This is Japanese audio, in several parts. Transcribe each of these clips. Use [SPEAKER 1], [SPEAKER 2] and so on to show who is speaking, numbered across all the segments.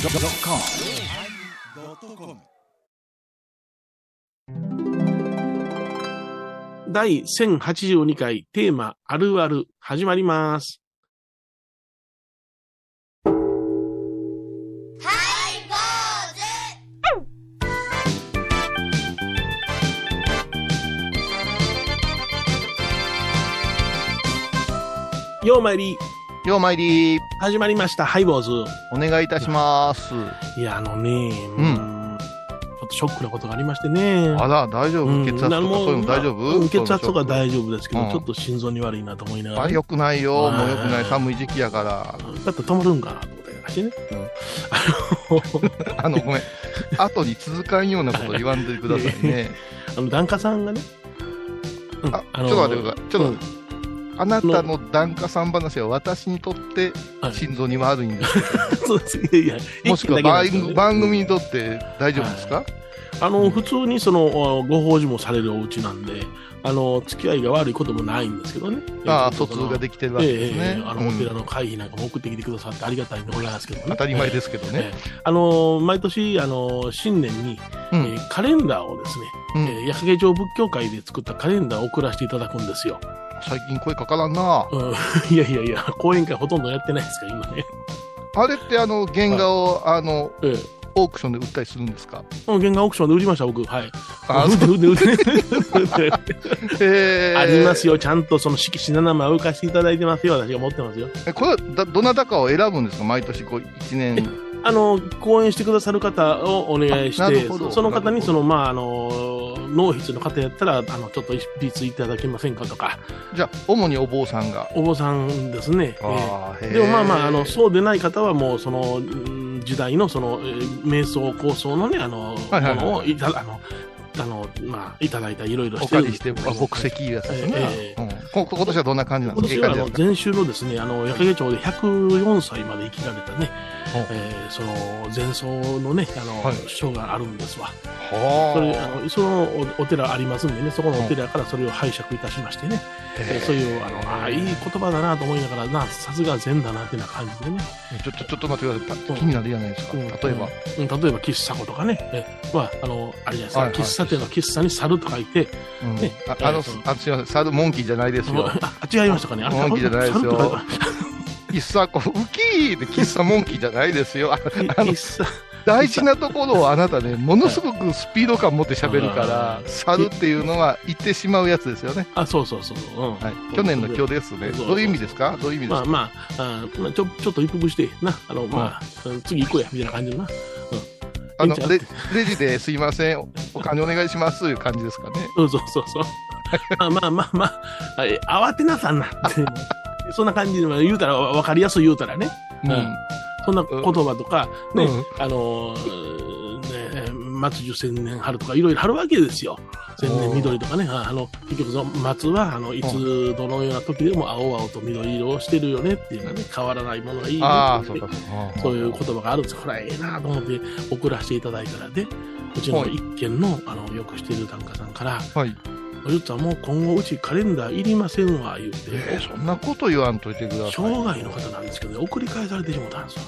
[SPEAKER 1] yosmir
[SPEAKER 2] 第1082回テーマあるある始まります。ようまいり、
[SPEAKER 3] ようまいりー、
[SPEAKER 2] 始まりました。ハイボーズ。
[SPEAKER 3] お願いいたします。
[SPEAKER 2] いや、あのね、
[SPEAKER 3] ん
[SPEAKER 2] ちょっとショックなことがありましてね。
[SPEAKER 3] あら、大丈夫
[SPEAKER 2] うん
[SPEAKER 3] 血圧とか
[SPEAKER 2] なも
[SPEAKER 3] そういうの大丈夫
[SPEAKER 2] うん血圧とか
[SPEAKER 3] 丈
[SPEAKER 2] 大丈夫ですけど、
[SPEAKER 3] うん
[SPEAKER 2] ちょっと心臓に悪いなと思いながら
[SPEAKER 3] あ、
[SPEAKER 2] ね、
[SPEAKER 3] よくないよ。
[SPEAKER 2] うん
[SPEAKER 3] もうよくない。寒い時期やから。
[SPEAKER 2] だって止まるんかなと思ってしてね、あ
[SPEAKER 3] あの、ごめん。後に続かんようなこと言わんでくださいね。
[SPEAKER 2] のあの檀家さんがね、 うん
[SPEAKER 3] あ、ちょ
[SPEAKER 2] の
[SPEAKER 3] っと待ってください。ちょっと、あなたの檀家さん話は私にとって
[SPEAKER 2] はい
[SPEAKER 3] 心臓に悪い んです。
[SPEAKER 2] そうですいやいや
[SPEAKER 3] もしくは
[SPEAKER 2] 一件だけなんですよね
[SPEAKER 3] 番番組にとって大丈夫ですか
[SPEAKER 2] あの普通にそのおご法事もされるお家なんであの付き合いが悪いこともないんですけどね
[SPEAKER 3] ああ、
[SPEAKER 2] えー
[SPEAKER 3] 疎
[SPEAKER 2] その
[SPEAKER 3] 通ができてるわけ
[SPEAKER 2] ええ
[SPEAKER 3] ですね
[SPEAKER 2] ええ。あ
[SPEAKER 3] う
[SPEAKER 2] のお
[SPEAKER 3] ん
[SPEAKER 2] 寺の会費なんかも送ってきてくださってありがたいんでございますけどね
[SPEAKER 3] 当たり前ですけど
[SPEAKER 2] え
[SPEAKER 3] ね。
[SPEAKER 2] ーあの毎年あの新年に、
[SPEAKER 3] う
[SPEAKER 2] え
[SPEAKER 3] ん。
[SPEAKER 2] ーカレンダーをですね、
[SPEAKER 3] うん
[SPEAKER 2] えー矢掛町仏教会で作ったカレンダーを送らせていただくんですよ。
[SPEAKER 3] 最近声かからんな。
[SPEAKER 2] うん、いやいやいや、講演会ほとんどやってないですから、今ね。
[SPEAKER 3] あれってあの、原画を、あの、
[SPEAKER 2] ええ
[SPEAKER 3] オークションで売ったりするんですか
[SPEAKER 2] うん、原画オークションで売りました、僕。はい。
[SPEAKER 3] あ
[SPEAKER 2] 売って、売って、売って売って。
[SPEAKER 3] えー
[SPEAKER 2] ありますよ、ちゃんとその色紙7枚置かせていただいてますよ、私が持ってますよ。
[SPEAKER 3] えこれはだどなたかを選ぶんですか毎年こう1年
[SPEAKER 2] あの、講演してくださる方をお願いし
[SPEAKER 3] あな
[SPEAKER 2] て、
[SPEAKER 3] るほど
[SPEAKER 2] そその方
[SPEAKER 3] なる
[SPEAKER 2] に、
[SPEAKER 3] ほど
[SPEAKER 2] その、まあ、あの、納筆の方やったら、あの、ちょっと一筆いただけませんかとか、
[SPEAKER 3] じゃあ主にお坊さんが、
[SPEAKER 2] お坊さんですね。ええ
[SPEAKER 3] あーへー
[SPEAKER 2] でもまあまああのそうでない方はもうそのうん時代のそのえー瞑想構想のねあの、
[SPEAKER 3] はいはいはい
[SPEAKER 2] ものをいたあのあのまあいただいたいろいろ
[SPEAKER 3] お
[SPEAKER 2] してる
[SPEAKER 3] 借りしてあ国籍やつですね、
[SPEAKER 2] ええ
[SPEAKER 3] うんこ今年はどんな感じなん
[SPEAKER 2] 今
[SPEAKER 3] ですか
[SPEAKER 2] 年
[SPEAKER 3] いい
[SPEAKER 2] はあ
[SPEAKER 3] 感じ
[SPEAKER 2] の前
[SPEAKER 3] なんですか
[SPEAKER 2] 週のですねあの矢掛町で104歳まで生きられたね
[SPEAKER 3] ほう、
[SPEAKER 2] えーその前奏のねあの、
[SPEAKER 3] はい
[SPEAKER 2] 書があるんですわそれあ
[SPEAKER 3] は
[SPEAKER 2] のそのおお寺ありますんでねそこのお寺からそれを拝借いたしましてね、
[SPEAKER 3] あ
[SPEAKER 2] えーそういうあのあーいい言葉だなと思いながらなさすが禅だなってな感じでね
[SPEAKER 3] ちょちょちょっと待ってくださ
[SPEAKER 2] うん
[SPEAKER 3] い気になるじゃないですか、
[SPEAKER 2] うん
[SPEAKER 3] 例えば、
[SPEAKER 2] うん例えば喫茶子とかね、えまあ、あの、あれじゃない
[SPEAKER 3] はい
[SPEAKER 2] で
[SPEAKER 3] は
[SPEAKER 2] す
[SPEAKER 3] い
[SPEAKER 2] か、喫茶店の喫茶に猿と書いて、
[SPEAKER 3] うん
[SPEAKER 2] ね
[SPEAKER 3] あ
[SPEAKER 2] え
[SPEAKER 3] あの
[SPEAKER 2] え
[SPEAKER 3] あすいません猿モンキーじゃないです よ
[SPEAKER 2] あ、違いましたかね、あれ
[SPEAKER 3] モンキーじゃないですよ
[SPEAKER 2] 猿と
[SPEAKER 3] 喫茶こうウキーって喫茶モンキーじゃないですよあ
[SPEAKER 2] 書い て喫茶、
[SPEAKER 3] 大事なところをあなたねものすごくスピード感持って喋るから
[SPEAKER 2] はい
[SPEAKER 3] 猿っていうのは言ってしまうやつですよね
[SPEAKER 2] あ、そうそうそう、うん。
[SPEAKER 3] はい、去年の今日ですね。
[SPEAKER 2] そう
[SPEAKER 3] どういう意味ですかどういう意味です
[SPEAKER 2] まあ
[SPEAKER 3] か、
[SPEAKER 2] まあ、あーまあちょ、ちょっと一服して、な、あの、まあ、うん次行こうや、みたいな感じのな。
[SPEAKER 3] あの
[SPEAKER 2] いいんちゃう
[SPEAKER 3] レレジですいません、おお金お願いしますという感じですかね。
[SPEAKER 2] うん、そうそう そう。まあまあまあまああ、え慌てなさんな って。そんな感じで、まあ言うたら、わわかりやすい言うたらね、
[SPEAKER 3] うん
[SPEAKER 2] うんそんな言葉とか、ね、
[SPEAKER 3] うん
[SPEAKER 2] あのーね、松樹千年春とかいろいろあるわけですよ。千年緑とかね、ああの、結局その松は、あの、いつどのような時でも青々と緑色をしてるよねっていうのはね、変わらないものがいいねっ
[SPEAKER 3] ああ、
[SPEAKER 2] て
[SPEAKER 3] そうかそうか。
[SPEAKER 2] そういう言葉があるんですよ。これはええなと思って送らせていただいたらで、うちの
[SPEAKER 3] はい
[SPEAKER 2] 一軒の、あの、よくしてる檀家さんから、
[SPEAKER 3] はい。
[SPEAKER 2] おじゅっつぁんもう今後うちカレンダーいりませんわ、言うて、
[SPEAKER 3] えーそんなこと言わんといてください。
[SPEAKER 2] 生涯の方なんですけどね、送り返されてしもたんですよ。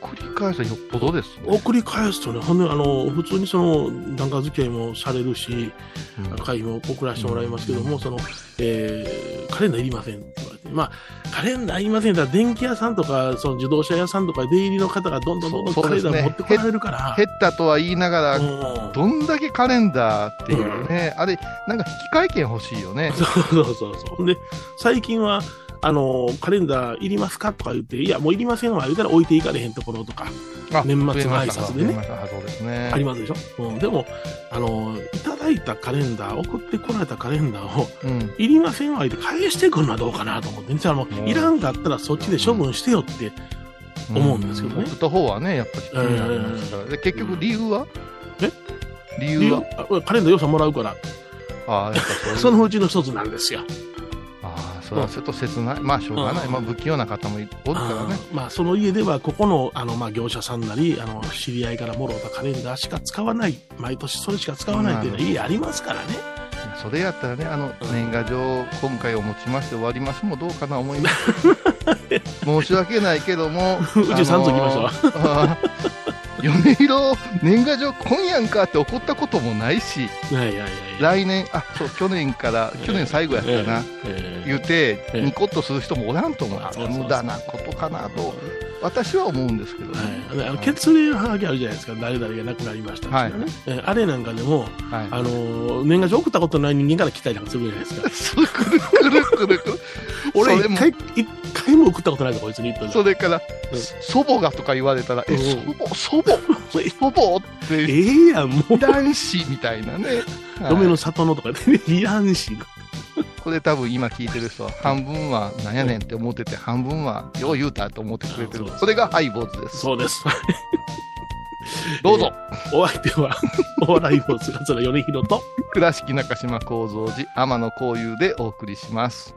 [SPEAKER 3] 送り返すはよっぽどですね。
[SPEAKER 2] 送り返すとね、ほんで、あの、普通にその、檀家付き合いもされるし、
[SPEAKER 3] うん
[SPEAKER 2] 会費も送らせてもらいますけども、その、えーカレンダーいりませんって言われて、まあ、カレンダーいりませんだったら電気屋さんとか、その自動車屋さんとか、出入りの方がどんどんどんどん
[SPEAKER 3] そう
[SPEAKER 2] カ
[SPEAKER 3] そう
[SPEAKER 2] レ
[SPEAKER 3] で
[SPEAKER 2] ン
[SPEAKER 3] す
[SPEAKER 2] ダー
[SPEAKER 3] ね
[SPEAKER 2] 持ってこられるから、
[SPEAKER 3] 減ったとは言いながら、
[SPEAKER 2] うん
[SPEAKER 3] どんだけカレンダーっていうね、あれ、なんか引き換え券欲しいよね。
[SPEAKER 2] そうそうそうそう。ほんで、最近は、あの、カレンダーいりますかとか言って、いや、もういりませんわ、言うたら置いていかれへんところとか、
[SPEAKER 3] あ
[SPEAKER 2] 年末の
[SPEAKER 3] 増えました
[SPEAKER 2] 挨拶でね
[SPEAKER 3] 増えましたあそうですね。
[SPEAKER 2] ありますでしょ、うん、でも、あの、いただいたカレンダー、送ってこられたカレンダーを、
[SPEAKER 3] うん。
[SPEAKER 2] いりませんわ言うて返してくるのはどうかなと思って、ね、じゃあも
[SPEAKER 3] う
[SPEAKER 2] うんいらんかったらそっちで処分してよって、思うんですけどね
[SPEAKER 3] 送った方はね、やっぱり気になりますから。で結局理由は
[SPEAKER 2] え
[SPEAKER 3] 理
[SPEAKER 2] 理
[SPEAKER 3] 由
[SPEAKER 2] 由
[SPEAKER 3] は
[SPEAKER 2] あカレンダー予算もらうから、
[SPEAKER 3] ああ、やっぱそういう。
[SPEAKER 2] そのうちの一つなんですよ。
[SPEAKER 3] ああ、それはちょっと切ない。まあ、しょうがな
[SPEAKER 2] う
[SPEAKER 3] い。
[SPEAKER 2] ん
[SPEAKER 3] まあ、不器用な方もおるからね。
[SPEAKER 2] あーまあ、その家ではここのあの、まあ、業者さんなりあの知り合いからもろうたカレンダーしか使わない毎年それしか使わないっていうのは家ありますからね。
[SPEAKER 3] それやったらね、あの
[SPEAKER 2] うん
[SPEAKER 3] 年賀状、今回をもちまして終わりますもどうかな思います。 申し訳ないけども、
[SPEAKER 2] うち三通来ま
[SPEAKER 3] した。米広、年賀状、今やんかって怒ったこともないし、
[SPEAKER 2] はいはいはい。
[SPEAKER 3] 来年、あそう、去年から、去年最後やったな、
[SPEAKER 2] ええ
[SPEAKER 3] 言うて、
[SPEAKER 2] ええ
[SPEAKER 3] ニコッとする人もおらんと思う、あ
[SPEAKER 2] そうそうそう
[SPEAKER 3] 無駄なことかなと、私は思うんですけどね、
[SPEAKER 2] はい、あの血例はがきあるじゃないですか、誰々が亡くなりましたっていうね、えあれなんかでも、
[SPEAKER 3] はい、
[SPEAKER 2] あの年賀状送ったことない人間から来たりなんかするじゃないですか
[SPEAKER 3] そうくるくるくるくる、
[SPEAKER 2] 俺一
[SPEAKER 3] それも
[SPEAKER 2] 回、一回も送ったことないぞ、こいつに言った
[SPEAKER 3] そ
[SPEAKER 2] ら
[SPEAKER 3] れから、
[SPEAKER 2] うん
[SPEAKER 3] 祖母がとか言われたら、
[SPEAKER 2] う
[SPEAKER 3] え、
[SPEAKER 2] ん
[SPEAKER 3] 祖母、祖母、祖母っ
[SPEAKER 2] え
[SPEAKER 3] て、
[SPEAKER 2] えやん、もう、
[SPEAKER 3] 男子みたい なね、はい
[SPEAKER 2] 嫁の里のとかね、いらんし、
[SPEAKER 3] これ多分今聞いてる人は、半分はなんやねんって思ってて、半分はよう言うたと思ってくれてる
[SPEAKER 2] あそう、
[SPEAKER 3] それがハイボーズです。
[SPEAKER 2] そうです、
[SPEAKER 3] どうぞ、
[SPEAKER 2] お相手は、お笑いをつらつら米広と、
[SPEAKER 3] 倉敷中島幸三寺、天野幸雄でお送りします。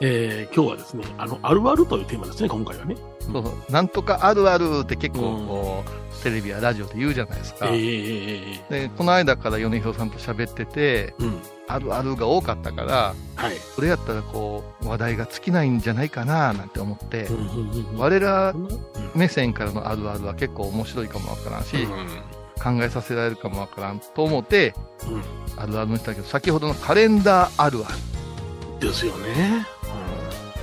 [SPEAKER 2] えー、今日はですね、あの、あるあるというテーマですね、今回はね。
[SPEAKER 3] そうそうなんとかあるあるって結構こう、テレビやラジオで言うじゃないです
[SPEAKER 2] え
[SPEAKER 3] か。
[SPEAKER 2] ー、えー、
[SPEAKER 3] でこの間から米広さんと喋ってて
[SPEAKER 2] えーうん、
[SPEAKER 3] あるあるが多かったから
[SPEAKER 2] はい。
[SPEAKER 3] それやったらこう話題が尽きないんじゃないかななんて思って
[SPEAKER 2] うんうんうんうん
[SPEAKER 3] 我ら
[SPEAKER 2] うん
[SPEAKER 3] 目線からのあるあるは結構面白いかもわからんし、考えさせられるかもわからんと思って
[SPEAKER 2] うん
[SPEAKER 3] あるあるにしたけど先ほどのカレンダーあるある
[SPEAKER 2] ですよね。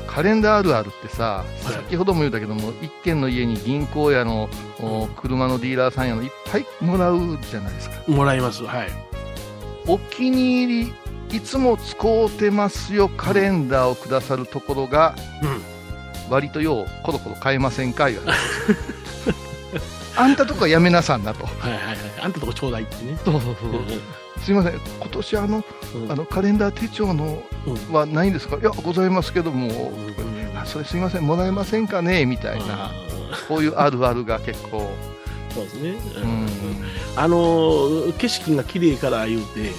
[SPEAKER 3] カレンダーあるあるってさ、
[SPEAKER 2] はい
[SPEAKER 3] 先ほども言ったけども一軒の家に銀行やの、お車のディーラーさんやのいっぱいもらうじゃないですか
[SPEAKER 2] うんもらいます。はい。
[SPEAKER 3] お気に入りいつも使うてますよカレンダーをくださるところが
[SPEAKER 2] うん。
[SPEAKER 3] 割とようコロコロ買えませんかいわ あんたとかやめなさんなと
[SPEAKER 2] はいはいはい。あんたとこちょうだいってね。
[SPEAKER 3] そうそう
[SPEAKER 2] うん
[SPEAKER 3] すいません今年あの
[SPEAKER 2] うん
[SPEAKER 3] あのカレンダー手帳の
[SPEAKER 2] う
[SPEAKER 3] はないんですかいやございますけども、
[SPEAKER 2] うん
[SPEAKER 3] あそれすいませんもらえませんかねみたいな、
[SPEAKER 2] うん
[SPEAKER 3] こういうあるあるが結構
[SPEAKER 2] そうですね。
[SPEAKER 3] う
[SPEAKER 2] うん
[SPEAKER 3] ん、
[SPEAKER 2] あの、景色が綺麗から言うて、
[SPEAKER 3] うん、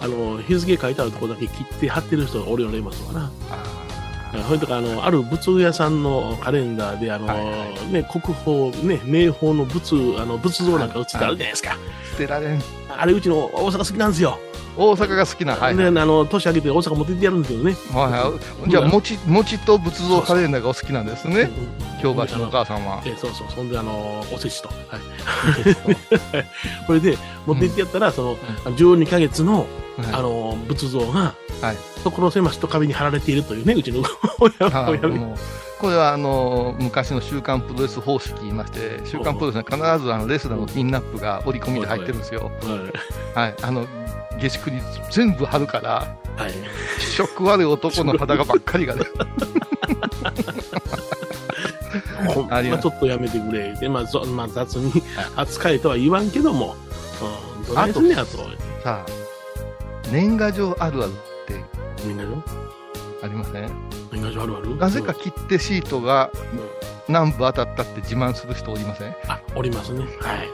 [SPEAKER 2] あの、日付書いてあるとこだけ切って貼ってる人がおるようになりますわな。
[SPEAKER 3] あ
[SPEAKER 2] それとか、あの、ある仏屋さんのカレンダーで、あの、
[SPEAKER 3] はいは
[SPEAKER 2] ね、国宝、ね、名宝の仏、あの、仏像なんか写ってあるじゃないですか。
[SPEAKER 3] ー捨てられん
[SPEAKER 2] あれ、うちの大阪好きなんですよ。
[SPEAKER 3] 大阪が好きなはい
[SPEAKER 2] で、あの、年明けて大阪持って行ってやるんですけどね。
[SPEAKER 3] はい、じゃあ餅餅と仏像カレンダーがお好きなんですね京橋のお母さんは
[SPEAKER 2] えーそうそう、そんで、あのーおせちと、 はい、 これで持って行ってやったら、そのあの12ヶ月の、あ
[SPEAKER 3] はい
[SPEAKER 2] のー仏像が、
[SPEAKER 3] はい
[SPEAKER 2] 所狭しと壁に貼られているというね、うちの親
[SPEAKER 3] あ
[SPEAKER 2] 親に
[SPEAKER 3] もうこれはあの昔の週刊プロレス方式言いまして週刊プロレスには必ずあのレスラーのピンナップが折り込みで入ってるんですよはいあの下宿に全部貼るから
[SPEAKER 2] はい、は い
[SPEAKER 3] 気色悪い男の裸ばっかりがね
[SPEAKER 2] ほんま
[SPEAKER 3] ありが
[SPEAKER 2] ち
[SPEAKER 3] と
[SPEAKER 2] ょっとやめてくれ、でまあそまあ、雑に扱えとは言わんけども、うん、どないすんねやと、
[SPEAKER 3] さあ年賀状あるあるって
[SPEAKER 2] みんなよ、
[SPEAKER 3] ありません
[SPEAKER 2] みんなあるある
[SPEAKER 3] なぜか切手シートが
[SPEAKER 2] うん
[SPEAKER 3] 何部当たったって自慢する人おりません
[SPEAKER 2] あ、おりますね。はい。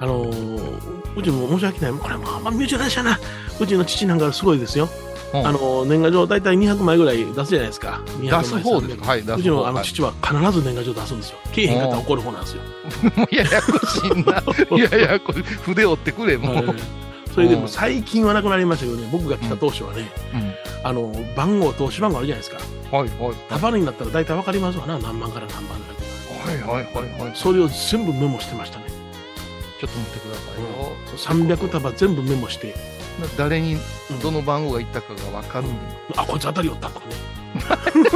[SPEAKER 2] あのーうちも申し訳ない。これもあんま身内の話やな。うちの父なんかすごいですよ。
[SPEAKER 3] うん
[SPEAKER 2] あのー年賀状大体200枚ぐらい出すじゃないですか。200枚
[SPEAKER 3] 出す方ですかはい出す方
[SPEAKER 2] うちのあ
[SPEAKER 3] は
[SPEAKER 2] の
[SPEAKER 3] い
[SPEAKER 2] 父は必ず年賀状出すんですよ。経営方怒る方なんですよ。
[SPEAKER 3] もうややこしいな。 ややこしい。筆折ってくれ、もう。
[SPEAKER 2] はいそれで
[SPEAKER 3] う
[SPEAKER 2] も
[SPEAKER 3] ん
[SPEAKER 2] 最近はなくなりましたけどね、僕が来た当初はね、あのー番号と番号あるじゃないですか。
[SPEAKER 3] はいはい。
[SPEAKER 2] 束になったら大体わかりますわな、何万から何万だって
[SPEAKER 3] はいはいはいはい。ちょ
[SPEAKER 2] それを全部メモしてましたね。
[SPEAKER 3] っと待ってくださいよ。
[SPEAKER 2] 300束全部メモして、
[SPEAKER 3] 誰に
[SPEAKER 2] うん
[SPEAKER 3] どの番号がいったかがわかる。
[SPEAKER 2] あこいつ当たりよったとか ね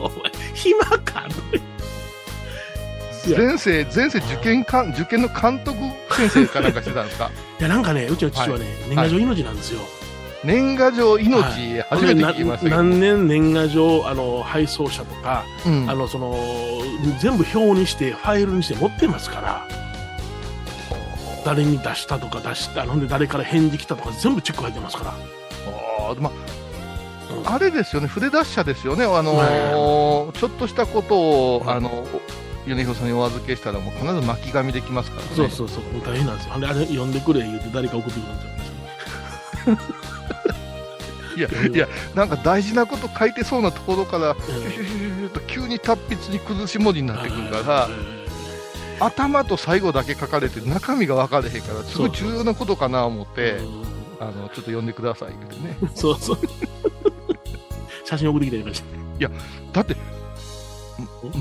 [SPEAKER 2] お前暇かいやい
[SPEAKER 3] 前世、前世受験か、受験の監督先生かなんかしてたんですか
[SPEAKER 2] やなんかねうちの父はね、年賀状命なんですよ、
[SPEAKER 3] 年賀状
[SPEAKER 2] は
[SPEAKER 3] 命、初めて聞きましたけ
[SPEAKER 2] な
[SPEAKER 3] ど。
[SPEAKER 2] 何年年賀状あの配送者とか、
[SPEAKER 3] うん
[SPEAKER 2] あのその全部表にしてファイルにして持ってますから誰に出したとか出したなんで誰から返事来たとか全部チェック入ってますから
[SPEAKER 3] あーま
[SPEAKER 2] うん
[SPEAKER 3] あれですよね、筆出し者ですよね、あのーちょっとしたことを、あの、米広さんにお預けしたら、もう必ず巻き紙できますからね。
[SPEAKER 2] そうそうそうもう大変なんですよほんであれ呼んでくれ言うて誰か送ってくるんですよ
[SPEAKER 3] いやいや、なんか大事なこと書いてそうなと ころから、シュシュシュシュシュと急に達筆に崩し文字になってくるか
[SPEAKER 2] えー
[SPEAKER 3] 頭と最後だけ書かれて中身が分かれへんからすごい重要なことかな思ってあのちょっと読んでください言ってね
[SPEAKER 2] そうそう写真送ってきてやりました
[SPEAKER 3] いやだって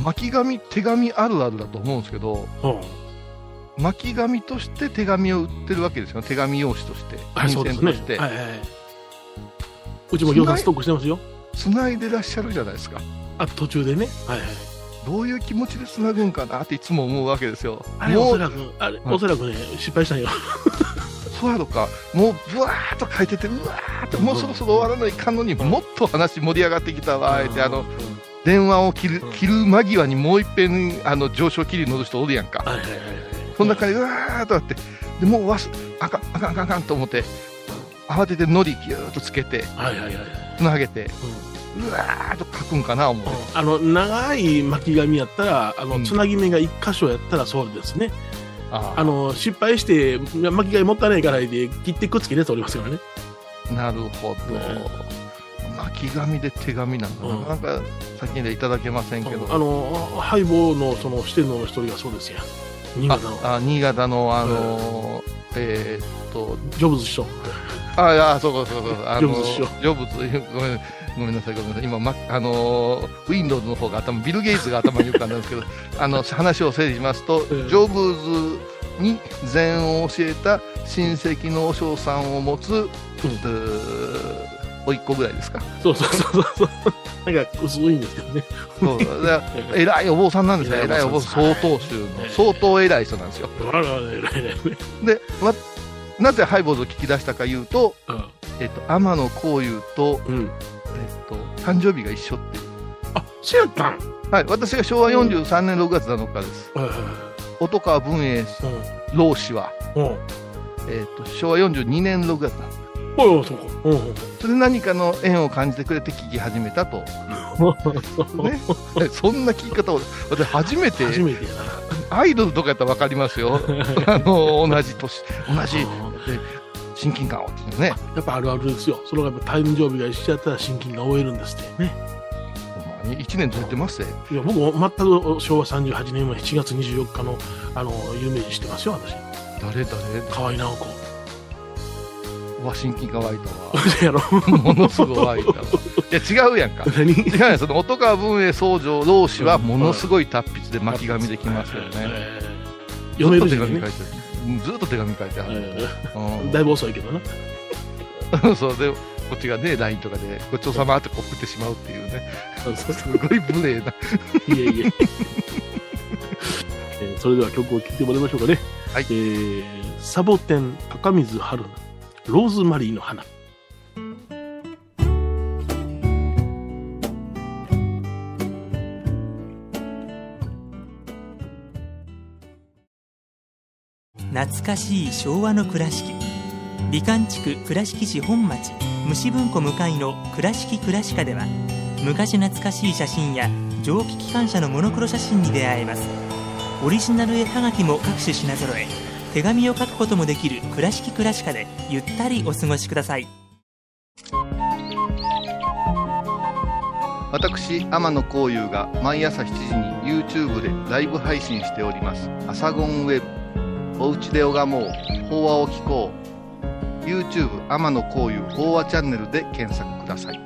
[SPEAKER 3] 巻き紙手紙あるあるだと思うんですけど、うん、巻き紙として手紙を売ってるわけですよ手紙用紙として
[SPEAKER 2] 便箋として、ねはいはい、うちも餃子ストックしてますよ
[SPEAKER 3] つないでらっしゃるじゃないですか
[SPEAKER 2] あ途中でねはいはい
[SPEAKER 3] どういう気持ちでつなぐんかなっていつも思うわけですよ。
[SPEAKER 2] あれおそらく、あれ、おそらくね、失敗したんよ。
[SPEAKER 3] そうやろか、もうぶわーっと書いてて、うわーって、もうそろそろ終わらないかんのに、もっと話盛り上がってきたわ、って、あの、電話を切る切る間際にもういっぺんあの上昇気流乗る人おるやんか、はいはいはいはい、そんな感じでうわーっとあってでもうわすあかんあかんあかんあかんと思って慌ててのりぎゅーっとつけて、はいはいはい、つなげて、うんうわーっと書くんかな思う、
[SPEAKER 2] うん、あの長い巻き紙やったらあのつなぎ目が1箇所やったらそうですね、うん、あ,あの失敗して巻き紙もったいないからで切ってくっつけるやつおりますからね
[SPEAKER 3] なるほど、ね、巻き紙で手紙なんだ、うん、なかなか先にでいただけませんけど、
[SPEAKER 2] あのハイボーのその四天王の一人がそうですや新潟の
[SPEAKER 3] あ新潟のあの、えー、っと
[SPEAKER 2] ジョブズ師匠
[SPEAKER 3] ああそうかそうかそう
[SPEAKER 2] かジョブズ師匠
[SPEAKER 3] ジョブズごめんごめんなさい、ごめんなさい、今、まあのー、Windows の方が頭、ビル・ゲイツが頭に浮かんだん ですけど、あの話を整理しますと、えー、ジョブズに禅を教えた親戚のお嬢さんを持つ、うん、おいっ子ぐらいです か。
[SPEAKER 2] そうそうそうそうなんか薄いんですけどね。
[SPEAKER 3] そうだ偉いお坊さんなんですよ、偉いお坊さん、総統宗の、相当偉い人なんですよ。
[SPEAKER 2] あらら偉いね。
[SPEAKER 3] で、ま、なぜハイボーズを聞き出したかいうと、うん、えっと、天野幸雄と、うんえっと、誕生日が一緒っていう。
[SPEAKER 2] あ、そうやったん
[SPEAKER 3] はい、私が昭和43年6月7日です。うん、音川文英老氏は、うん、えっと、昭和42年6月なんです。
[SPEAKER 2] おいそうか。うん、
[SPEAKER 3] それで何かの縁を感じてくれて聞き始めたと。ね、 そんな聞き方を、私初めて、
[SPEAKER 2] 初めてや
[SPEAKER 3] なアイドルとかやったら分かりますよ。あの、同じ年、同じ。親近感をっていうね
[SPEAKER 2] やっぱあるあるですよそれがやっぱ誕生日が一緒やったら親近感を得るんですってね
[SPEAKER 3] 1年ずれてますね
[SPEAKER 2] いや僕全く昭和38年前7月24日のあの有名人してますよ私
[SPEAKER 3] 誰誰
[SPEAKER 2] 河合直子
[SPEAKER 3] わ親近感湧いたわ
[SPEAKER 2] やろ
[SPEAKER 3] ものすごい湧いたわいや違うやんか
[SPEAKER 2] 何
[SPEAKER 3] 違うその音川文英僧正老子はものすごい達筆で巻き紙できますよね、え
[SPEAKER 2] ー、読める時に、ね、
[SPEAKER 3] ずっと手紙書いてある、
[SPEAKER 2] うん、だいぶ遅いけどな
[SPEAKER 3] そうでこっちがね LINE とかで「ごちそうさま」って送ってしまうっていうねすごい無礼ない
[SPEAKER 2] えいええー、それでは曲を聴いてもらいましょうかね、はいえー、サボテン高水春菜ローズマリーの花
[SPEAKER 1] 懐かしい昭和の倉敷美観地区倉敷市本町虫文庫向かいの「倉敷倉歯科」では昔懐かしい写真や蒸気機関車のモノクロ写真に出会えますオリジナル絵はがきも各種品揃え手紙を書くこともできる「倉敷倉歯科」でゆったりお過ごしください
[SPEAKER 3] 私天野幸雄が毎朝7時に YouTube でライブ配信しております「アサゴンウェブ」おうちで拝もう法話を聞こう YouTube 天野幸雄法話チャンネルで検索ください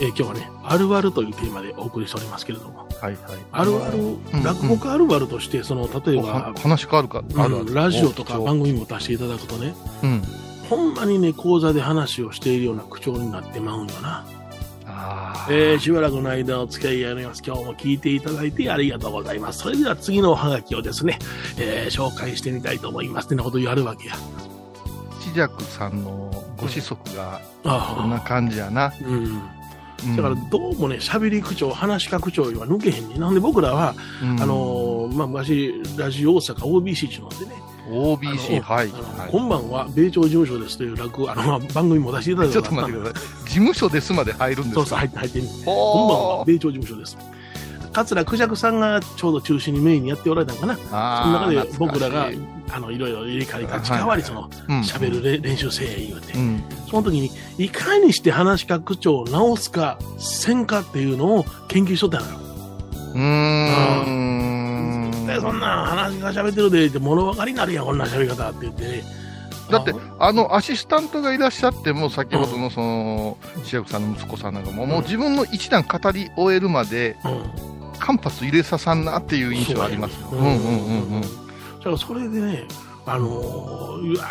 [SPEAKER 2] えー、今日はね、あるあるというテーマでお送りしておりますけれども、
[SPEAKER 3] はいはい、
[SPEAKER 2] あるある、落語家あるあるとして、その例えば、
[SPEAKER 3] 話変わるか、
[SPEAKER 2] あるラジオとか番組も出していただくとね、うん、ほんまにね、講座で話をしているような口調になってまうんよな。えー、しばらくの間お付き合いやります。今日も聞いていただいてありがとうございます。それでは次のおはがきをですね、えー、紹介してみたいと思います。ってなことやるわけや。
[SPEAKER 3] 七尺さんのご子息が、こんな感じやな。うん、うん
[SPEAKER 2] だからどうもね、喋り口調、話し口調は抜けへんねなんで僕らは、うん、あのー、まあ、昔、ラジオ大阪 OBC 中なんでね、
[SPEAKER 3] OBC、はい。
[SPEAKER 2] あの
[SPEAKER 3] はい
[SPEAKER 2] 今晩は米朝事務所ですという落語あの番組も出していただい
[SPEAKER 3] ちょっと待ってください。事務所ですまで入るん
[SPEAKER 2] そ
[SPEAKER 3] で
[SPEAKER 2] う
[SPEAKER 3] す
[SPEAKER 2] そう
[SPEAKER 3] か
[SPEAKER 2] 入って入ってみて今晩は
[SPEAKER 3] ほー
[SPEAKER 2] 米朝事務所です桂クジャクさんがちょうど中心にメインにやっておられたのかなその
[SPEAKER 3] あ
[SPEAKER 2] 中
[SPEAKER 3] ー
[SPEAKER 2] で
[SPEAKER 3] 懐か
[SPEAKER 2] 僕
[SPEAKER 3] しい
[SPEAKER 2] らがあのいろいろ入れ替え立ち代わりその
[SPEAKER 3] うん
[SPEAKER 2] 喋るれ練習せえ言うて
[SPEAKER 3] うん
[SPEAKER 2] その時にいかにして話し拡張を直すかせんかっていうのを研究しとったのよ
[SPEAKER 3] うーん
[SPEAKER 2] 絶対そんなん話が喋ってるでって物分かりになるやんこんな喋り方って言ってね
[SPEAKER 3] だって
[SPEAKER 2] あの
[SPEAKER 3] あのアシスタントがいらっしゃっても先ほどのその主役さんの息子さんなんかも、もう自分の一段語り終えるまで
[SPEAKER 2] うん
[SPEAKER 3] 間髪入れささんなっていう印象ありますよ。
[SPEAKER 2] う
[SPEAKER 3] うんん
[SPEAKER 2] う
[SPEAKER 3] うん
[SPEAKER 2] う
[SPEAKER 3] ん
[SPEAKER 2] ん
[SPEAKER 3] うん
[SPEAKER 2] うん
[SPEAKER 3] うん。
[SPEAKER 2] だからそれでね、あのーいや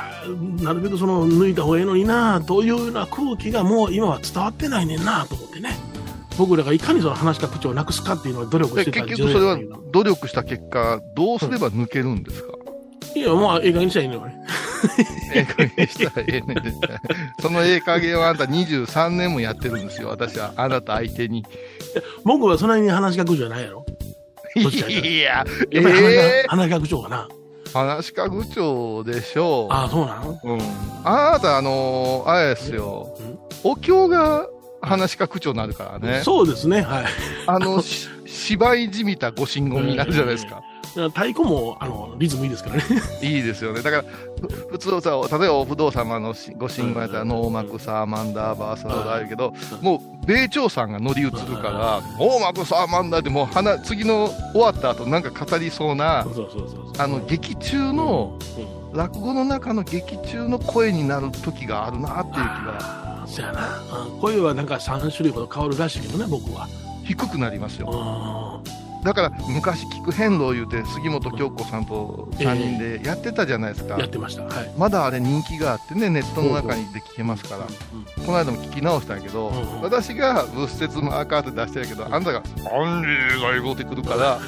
[SPEAKER 2] なるべくその抜いた方がいいのになというような空気がもう今は伝わってないねんなと思ってね僕らがいかにその話し口調をなくすかっていうのを努力し
[SPEAKER 3] で
[SPEAKER 2] てた
[SPEAKER 3] 結局それは
[SPEAKER 2] 重要だけど
[SPEAKER 3] 努力した結果どうすれば抜けるんですか、
[SPEAKER 2] いやもうええ加減にしたらいいのよね
[SPEAKER 3] ええ加減したらええねんで そのええ加減はあんた23年もやってるんですよ私はあなた相手に
[SPEAKER 2] 僕はそんなに話し口調じゃないやろどっちだよ
[SPEAKER 3] いやえ
[SPEAKER 2] やっぱり話,、
[SPEAKER 3] え
[SPEAKER 2] 話し口調かな
[SPEAKER 3] 話し家口調でしょう
[SPEAKER 2] ああそうなの
[SPEAKER 3] うん、あなた、あのーあれですよ
[SPEAKER 2] うん、
[SPEAKER 3] お経が話し家口調になるからね、
[SPEAKER 2] そうですねはい
[SPEAKER 3] あのし 芝居じみたご神言になるじゃないですか、
[SPEAKER 2] だから太鼓もあのリズムいいですからね
[SPEAKER 3] いいですよね、だからふ普通さ、例えばお不動様のしご神言やったら、
[SPEAKER 2] うん
[SPEAKER 3] ノーマクサーマンダーバーサーダーあるけど
[SPEAKER 2] う、ん
[SPEAKER 3] もう米朝さんが乗り移るから、ノーマクサーマンダーって、もう花次の終わった後なんか語りそうな
[SPEAKER 2] そ。うそうそうそう
[SPEAKER 3] あの劇中の
[SPEAKER 2] うん
[SPEAKER 3] 落語の中の劇中の声になる時があるなっていう気が
[SPEAKER 2] ああそやなうん声はなんか3種類ほど変わるらしいけどね僕は
[SPEAKER 3] 低くなりますよ
[SPEAKER 2] うん
[SPEAKER 3] だから昔聞く変路を言うて杉本京子さんと3人でやってたじゃないですか、
[SPEAKER 2] やってました。はい。
[SPEAKER 3] まだあれ人気があってねネットの中にで聞けますから、この間も聞き直したんやけど、
[SPEAKER 2] うんうん
[SPEAKER 3] 私が「仏説マーカー」って出してるけどあんたが「アンリーが言うてく るから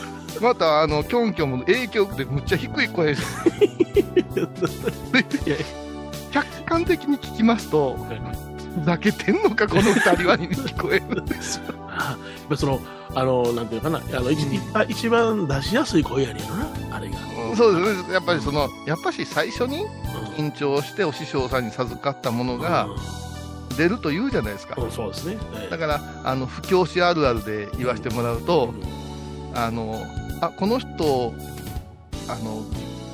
[SPEAKER 3] またあのキョンキョンも影響でむっちゃ低い声で客観的に聞きますとふざけてんのかこの2人はに聞こ えるんですよ
[SPEAKER 2] やっぱその、あの、なんていうかな、あの、一あ一番出しやすい声やねんやろな、あれが。
[SPEAKER 3] そうですねやっぱりそのやっぱし最初に
[SPEAKER 2] うん
[SPEAKER 3] 緊張してお師匠さんに授かったものが出ると言うじゃないですか、
[SPEAKER 2] うん、そうですね。
[SPEAKER 3] だからあの不教師あるあるで言わせてもらうと、あのあこの人あの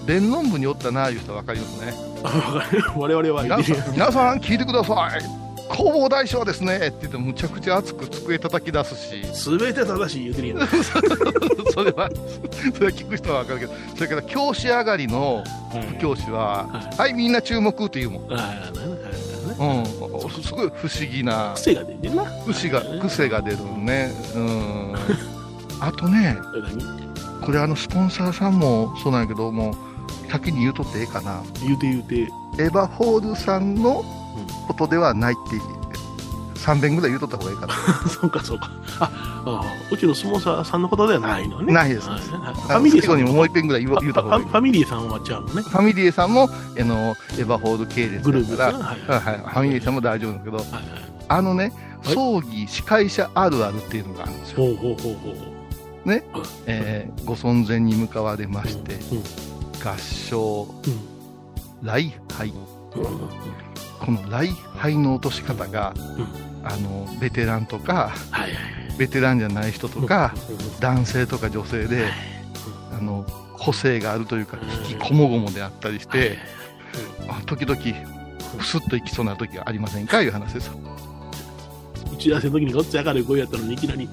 [SPEAKER 3] 弁論部におったなあいう人は分かりますね
[SPEAKER 2] ら、我々は、
[SPEAKER 3] 皆さん皆さん聞いてください弘法大師はですねって言ってむちゃくちゃ熱く机叩き出すし
[SPEAKER 2] すべて正しい言うてるやん。
[SPEAKER 3] それはそれは聞く人は分かるけどそれから教師上がりの不教師は
[SPEAKER 2] は
[SPEAKER 3] 「はいみんな注目」って言うもん、
[SPEAKER 2] ああ、なんか、なんかね
[SPEAKER 3] うん、すごい不思議な
[SPEAKER 2] 癖が出てんな。
[SPEAKER 3] 癖が
[SPEAKER 2] はい
[SPEAKER 3] 癖が出るねうん あとね
[SPEAKER 2] 何
[SPEAKER 3] これあのスポンサーさんもそうなんやけどもう先に言うとってええかな
[SPEAKER 2] 言うて言うて。
[SPEAKER 3] エヴァホールさんのことではないって3遍ぐらい言うとった方がいい かな
[SPEAKER 2] そうか、そうか。あ、あうちの相撲さんさんのことではないのね。
[SPEAKER 3] ないです
[SPEAKER 2] はいはいフ
[SPEAKER 3] あ
[SPEAKER 2] ァ
[SPEAKER 3] の
[SPEAKER 2] ミリー
[SPEAKER 3] 最
[SPEAKER 2] さ
[SPEAKER 3] 後
[SPEAKER 2] ん
[SPEAKER 3] に
[SPEAKER 2] も
[SPEAKER 3] もう一遍ぐらい言
[SPEAKER 2] フ
[SPEAKER 3] う言うた方がい
[SPEAKER 2] ァ
[SPEAKER 3] い
[SPEAKER 2] ファミリーさんはちゃうのね。
[SPEAKER 3] ファミリエさんもあのエヴァホール系列
[SPEAKER 2] グループ
[SPEAKER 3] だか
[SPEAKER 2] が。
[SPEAKER 3] ら
[SPEAKER 2] はい
[SPEAKER 3] うんはい、ファミリエさんも大丈夫だけど
[SPEAKER 2] はいはい。
[SPEAKER 3] あのね
[SPEAKER 2] はい
[SPEAKER 3] 葬儀司会者あるあるっていうのがあるんですよ、
[SPEAKER 2] ほうほうほうほう。
[SPEAKER 3] えーご存前に向かわれまして
[SPEAKER 2] うん
[SPEAKER 3] 合唱礼拝
[SPEAKER 2] うん
[SPEAKER 3] この礼拝の落とし方が、あのベテランとか
[SPEAKER 2] はいはい
[SPEAKER 3] ベテランじゃない人と
[SPEAKER 2] は
[SPEAKER 3] か
[SPEAKER 2] い、
[SPEAKER 3] 男性とか女性で、あの個性があるというか
[SPEAKER 2] うん
[SPEAKER 3] 引きこもごもであったりし
[SPEAKER 2] はい
[SPEAKER 3] て、あ時々クスッといきそうな時がありませんかいう話です
[SPEAKER 2] 打ち合わせの時にごっつ明るい声やったのにいきなり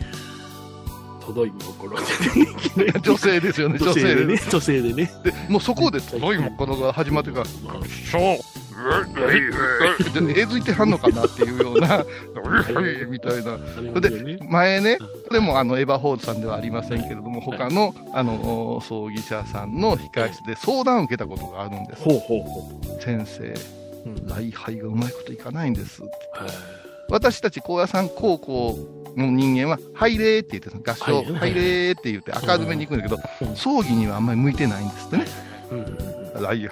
[SPEAKER 2] 「届いもころ」
[SPEAKER 3] 女性ですよね
[SPEAKER 2] 女
[SPEAKER 3] 女
[SPEAKER 2] 性
[SPEAKER 3] 性
[SPEAKER 2] で
[SPEAKER 3] で
[SPEAKER 2] ね女性でね
[SPEAKER 3] でもうそこで「届いもこの」が始まってから「そうええええええずいてはんのかなっていうような「みたいな
[SPEAKER 2] あれ
[SPEAKER 3] それで前ね、これもあのエヴァホールさんではありませんけれども、他のあの葬儀社さんの控室で相談を受けたことがあるんです。
[SPEAKER 2] ほうほうほ
[SPEAKER 3] 先生
[SPEAKER 2] う、うん
[SPEAKER 3] 礼拝がうまいこといかないんです。
[SPEAKER 2] はい
[SPEAKER 3] 私たち高野山高校の人間は、拝礼って言って、合唱、
[SPEAKER 2] はい
[SPEAKER 3] 拝礼って言って明るめに行くんだけど
[SPEAKER 2] うん、
[SPEAKER 3] 葬儀にはあんまり向いてないんですってね。
[SPEAKER 2] うん
[SPEAKER 3] 礼拝。
[SPEAKER 2] はい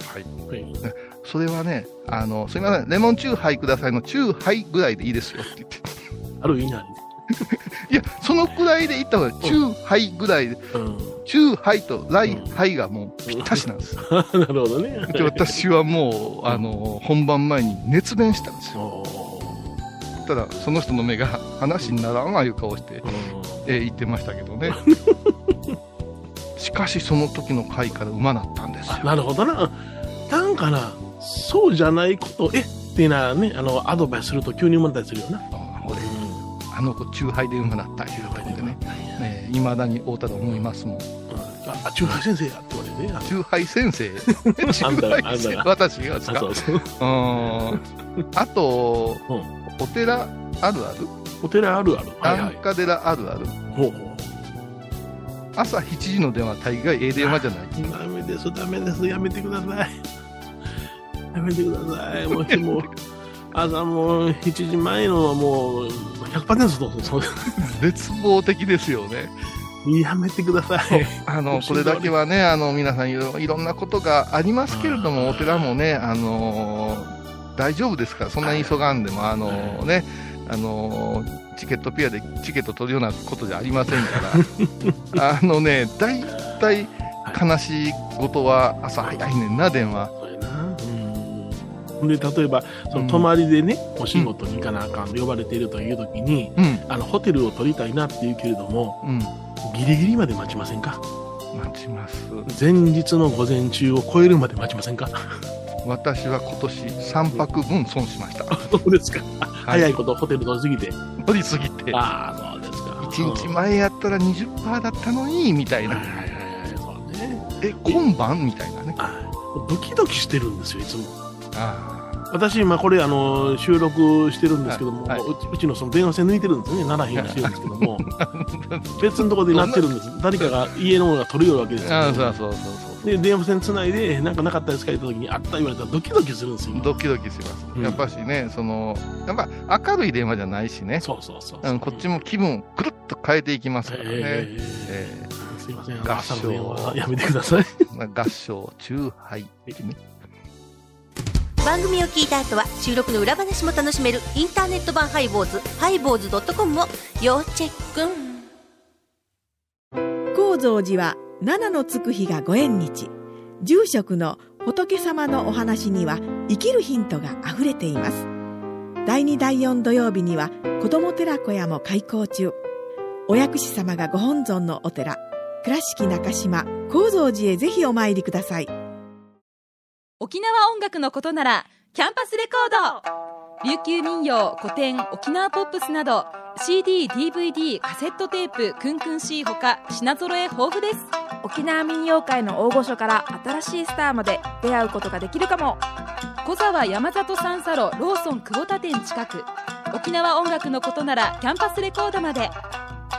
[SPEAKER 3] それはね、あの、すみません、レモンチューハイくださいのチューハイぐらいでいいですよって言って。
[SPEAKER 2] ある意味ある
[SPEAKER 3] いや、そのくらいで行ったのは、中杯ぐらいで、
[SPEAKER 2] うん
[SPEAKER 3] 中杯と来杯がもうぴったしなんです。
[SPEAKER 2] なるほどね。
[SPEAKER 3] で私はもう、あの、本番前に熱弁したんで すよ。
[SPEAKER 2] お
[SPEAKER 3] ただ、その人の目が話にならんわいう顔して、
[SPEAKER 2] ー
[SPEAKER 3] えー言ってましたけどね。しかし、その時の回から馬なったんです
[SPEAKER 2] あ
[SPEAKER 3] よ。
[SPEAKER 2] なるほどな。なんかな、そうじゃないことを、えってなね、あの、アドバイスすると急に生まれたりするよな。
[SPEAKER 3] 俺、あの子、中杯で馬なったいうことでね。ね、未だに会うたと思いますもん。
[SPEAKER 2] うんあ、あ中華先生やって言われてね。
[SPEAKER 3] 中杯先生。中
[SPEAKER 2] あんたが
[SPEAKER 3] 杯先生。私がです
[SPEAKER 2] あ、
[SPEAKER 3] か
[SPEAKER 2] そうそう。
[SPEAKER 3] うーんあと、
[SPEAKER 2] う
[SPEAKER 3] お寺あるある、
[SPEAKER 2] お寺あるある。はいは
[SPEAKER 3] 檀
[SPEAKER 2] い。
[SPEAKER 3] 家寺あるある、
[SPEAKER 2] ほうほう。
[SPEAKER 3] 朝7時の電話、大概ええ電話じゃない。
[SPEAKER 2] ダメです、ダメです、やめてください。 やめてください。もう、 もう、朝もう7時前のはもう100%そうそうそ
[SPEAKER 3] 絶望的ですよね。
[SPEAKER 2] う。やめてください。
[SPEAKER 3] あの、これだけはね、あの、皆さんいろいろんなことがありますけれども、お寺もね、あのー大丈夫ですから、そんなに急がんでも、あのーね、あのーチケットピアでチケット取るようなことじゃありませんから、あのね、大体悲しいことは朝早いねんな、電話。
[SPEAKER 2] そうやな。うん。で、例えば、その泊まりでね、お仕事に行かなあかん、呼ばれているという時に、
[SPEAKER 3] うん、
[SPEAKER 2] あの、ホテルを取りたいなっていうけれども、
[SPEAKER 3] うん。
[SPEAKER 2] ギリギリまで待ちませんか
[SPEAKER 3] 待ちます
[SPEAKER 2] 前日の午前中を超えるまで待ちません か
[SPEAKER 3] 私は今年3泊分損しました
[SPEAKER 2] どうですか、早
[SPEAKER 3] はい
[SPEAKER 2] ことホテル取りすぎて。
[SPEAKER 3] 乗りすぎて
[SPEAKER 2] ああ、そうですか。
[SPEAKER 3] 1日前やったら20%だったのにみたい
[SPEAKER 2] はいは
[SPEAKER 3] ない
[SPEAKER 2] はいはい、そうね。
[SPEAKER 3] え今晩みたいなね
[SPEAKER 2] はいドキドキしてるんですよ、いつも。
[SPEAKER 3] あ
[SPEAKER 2] 私、今これ、あの、収録してるんですけども、
[SPEAKER 3] はいう
[SPEAKER 2] ちうちのその電話線抜いてるんですね、奈良にしてるんですけど も、別のところで鳴ってるんです。誰かが家の方が取れるわけですよ、
[SPEAKER 3] あそうそうそうそ
[SPEAKER 2] で、電話線つないで、なんかなかったですか言った時に、あった言われたらドキドキするんですよ
[SPEAKER 3] う。ドキドキします、
[SPEAKER 2] うん
[SPEAKER 3] やっぱしねそのやっぱ明るい電話じゃないしね
[SPEAKER 2] そうそうそう
[SPEAKER 3] あのこっちも気分をくるっと変えていきますからね、
[SPEAKER 2] ええ
[SPEAKER 3] え
[SPEAKER 2] すいません、あの
[SPEAKER 3] 合唱
[SPEAKER 2] 朝の電話やめてください。
[SPEAKER 3] ーまあ合唱中杯ね
[SPEAKER 4] 番組を聞いた後は収録の裏話も楽しめるインターネット版ハイボーズハイボーズドットコムを要チェック
[SPEAKER 5] 高蔵寺は七のつく日がご縁日住職の仏様のお話には生きるヒントがあふれています第2第4土曜日には子ども寺小屋も開校中お薬師様がご本尊のお寺倉敷中島・高蔵寺へぜひお参りください
[SPEAKER 6] 沖縄音楽のことならキャンパスレコード琉球民謡古典沖縄ポップスなど CDDVD カセットテープクンクン C ほか品揃え豊富です
[SPEAKER 7] 沖縄民謡界の大御所から新しいスターまで出会うことができるかも
[SPEAKER 6] 小沢山里三佐路ローソン久保田店近く沖縄音楽のことならキャンパスレコードまで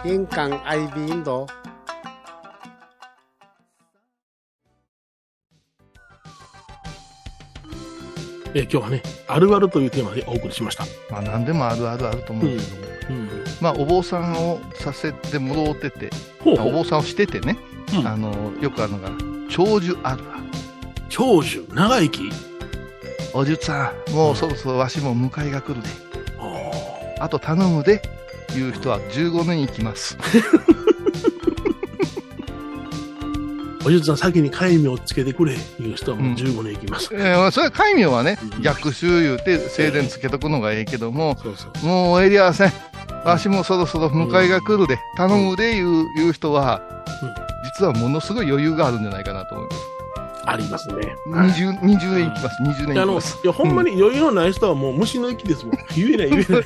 [SPEAKER 8] 玄関アイビーインド
[SPEAKER 2] えー今日はね、あるあるというテーマでお送りしました。
[SPEAKER 3] まあ何でもあるあるあると思うんですけど、
[SPEAKER 2] うん
[SPEAKER 3] まあお坊さんをさせてもろうてて
[SPEAKER 2] ほう
[SPEAKER 3] あ
[SPEAKER 2] ほ
[SPEAKER 3] お
[SPEAKER 2] う。
[SPEAKER 3] 坊さんをしててね、
[SPEAKER 2] うん
[SPEAKER 3] あのよくあるのが長寿あるある
[SPEAKER 2] 長寿、長生き。
[SPEAKER 3] おじゅさんもうそろそろわしも迎えが来るで
[SPEAKER 2] あー
[SPEAKER 3] あと頼むでいう人は15年生きます
[SPEAKER 2] おじゅさん先に戒名をつけてくれ、いう人はもう15年いきます。
[SPEAKER 3] えーまあそれは戒名はね
[SPEAKER 2] うん
[SPEAKER 3] 逆襲言うて正殿つけとくのがええけども
[SPEAKER 2] そうそう。
[SPEAKER 3] もうえりゃあせんわしもそろそろ迎えが来るで頼むでいういう人は
[SPEAKER 2] うん
[SPEAKER 3] 実はものすごい余裕があるんじゃないかなと思い
[SPEAKER 2] ありますね。
[SPEAKER 3] ます 20, 20年生きます
[SPEAKER 2] あ
[SPEAKER 3] 20年生き
[SPEAKER 2] の、
[SPEAKER 3] ま
[SPEAKER 2] い
[SPEAKER 3] す
[SPEAKER 2] や、ほんまに余裕のない人はもう虫の息ですもん。言えない言えない。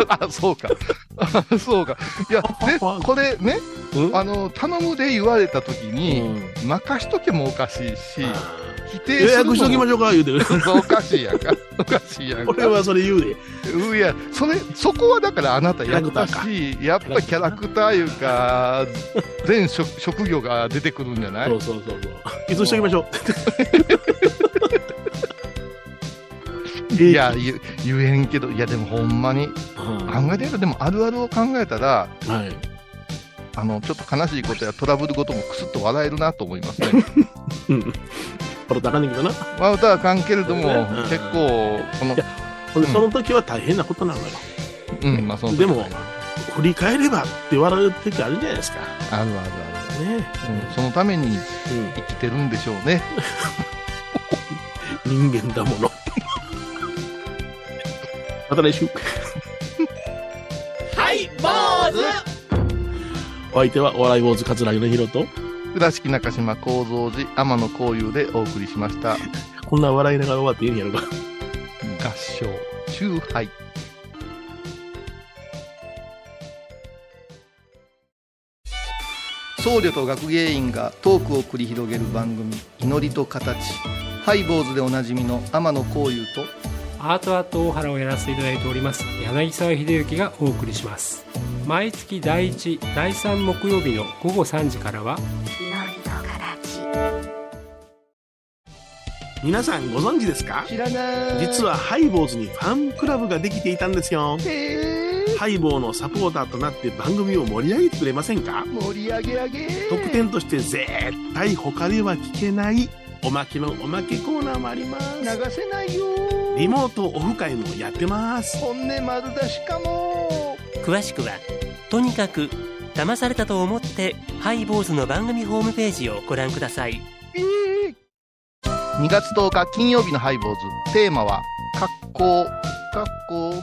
[SPEAKER 3] あそうか あそうかいやでこれね
[SPEAKER 2] うん
[SPEAKER 3] あの頼むで言われた時に、
[SPEAKER 2] うん
[SPEAKER 3] 任しとけもおかしいし、
[SPEAKER 2] あ
[SPEAKER 3] 否
[SPEAKER 2] ー
[SPEAKER 3] 定
[SPEAKER 2] 予
[SPEAKER 3] するの
[SPEAKER 2] 約しときま
[SPEAKER 3] も
[SPEAKER 2] しょうか、言うてくれ。
[SPEAKER 3] おかしいやんか。おかしいやんか。
[SPEAKER 2] 俺はそれ言うで。
[SPEAKER 3] うんいや、それ、そこはだからあなたやっぱ
[SPEAKER 2] キャラクタ
[SPEAKER 3] し、やっぱキャラクターいうか、全職職業が出てくるんじゃない
[SPEAKER 2] そうそうそうそう。いつしときましょう。
[SPEAKER 3] いや、言言えんけど、いや、でもほんまに、
[SPEAKER 2] うん
[SPEAKER 3] 考えてみたら、でもあるあるを考えたら、
[SPEAKER 2] はい。
[SPEAKER 3] あの、ちょっと悲しいことやトラブル事もクスッと笑えるなと思いますね。
[SPEAKER 2] うん。これ高値だな。
[SPEAKER 3] まあ、歌はあかんけれども
[SPEAKER 2] うん、
[SPEAKER 3] 結構、この
[SPEAKER 2] いや、ほんで
[SPEAKER 3] うん
[SPEAKER 2] その時は大変なことなのよ。
[SPEAKER 3] うん、まあ、その、
[SPEAKER 2] でも、振り返ればって笑う時あるじゃないですか。
[SPEAKER 3] あるある
[SPEAKER 2] ね
[SPEAKER 3] ある、うん、そのために生きてるんでしょうね
[SPEAKER 2] 人間だもの。また来週。
[SPEAKER 9] はい坊主
[SPEAKER 2] お相手はお笑い坊主桂米宏と、
[SPEAKER 3] 倉敷中島幸三寺天野幸雄でお送りしました
[SPEAKER 2] こんな笑いながら終わっていいんやろか。
[SPEAKER 3] 合唱チューハイ僧侶と学芸員がトークを繰り広げる番組「祈りと形」ハイ坊主でおなじみの天野幸雄と
[SPEAKER 10] アートアート大原をやらせていただいております柳沢秀幸がお送りします毎月第1第3木曜日の午後3時からは
[SPEAKER 2] 皆さんご存知ですか
[SPEAKER 3] 知らない
[SPEAKER 2] 実はハイボーズにファンクラブができていたんですよ。
[SPEAKER 3] へえ
[SPEAKER 2] ハイボーのサポーターとなって番組を盛り上げてくれませんか
[SPEAKER 3] 盛り上げ上げ
[SPEAKER 2] 特典として絶対他では聞けないおまけのおまけコーナーもあります。
[SPEAKER 3] 流せないよ
[SPEAKER 2] リモートオフ会もやってます。
[SPEAKER 3] 本音丸出しかも
[SPEAKER 1] 詳しくはとにかく騙されたと思ってハイボーズの番組ホームページをご覧ください
[SPEAKER 3] 2月10日金曜日のハイボーズテーマは格好格好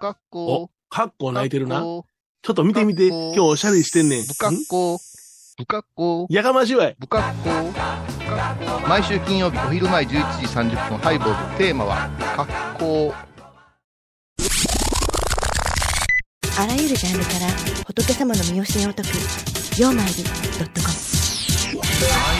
[SPEAKER 3] 格
[SPEAKER 2] お
[SPEAKER 3] 好、
[SPEAKER 2] カッコ泣いてるな。
[SPEAKER 3] 格好
[SPEAKER 2] ちょっと見てみて、
[SPEAKER 3] かっこ
[SPEAKER 2] 今日おしゃれしてんねん。
[SPEAKER 3] 不格好不格好
[SPEAKER 2] やかましいわい。
[SPEAKER 3] 不格好毎週金曜日お昼前11時30分ハイボーズテーマは格好
[SPEAKER 11] あらゆるジャンルから仏様の身教えを解く「曜マイルドットコム」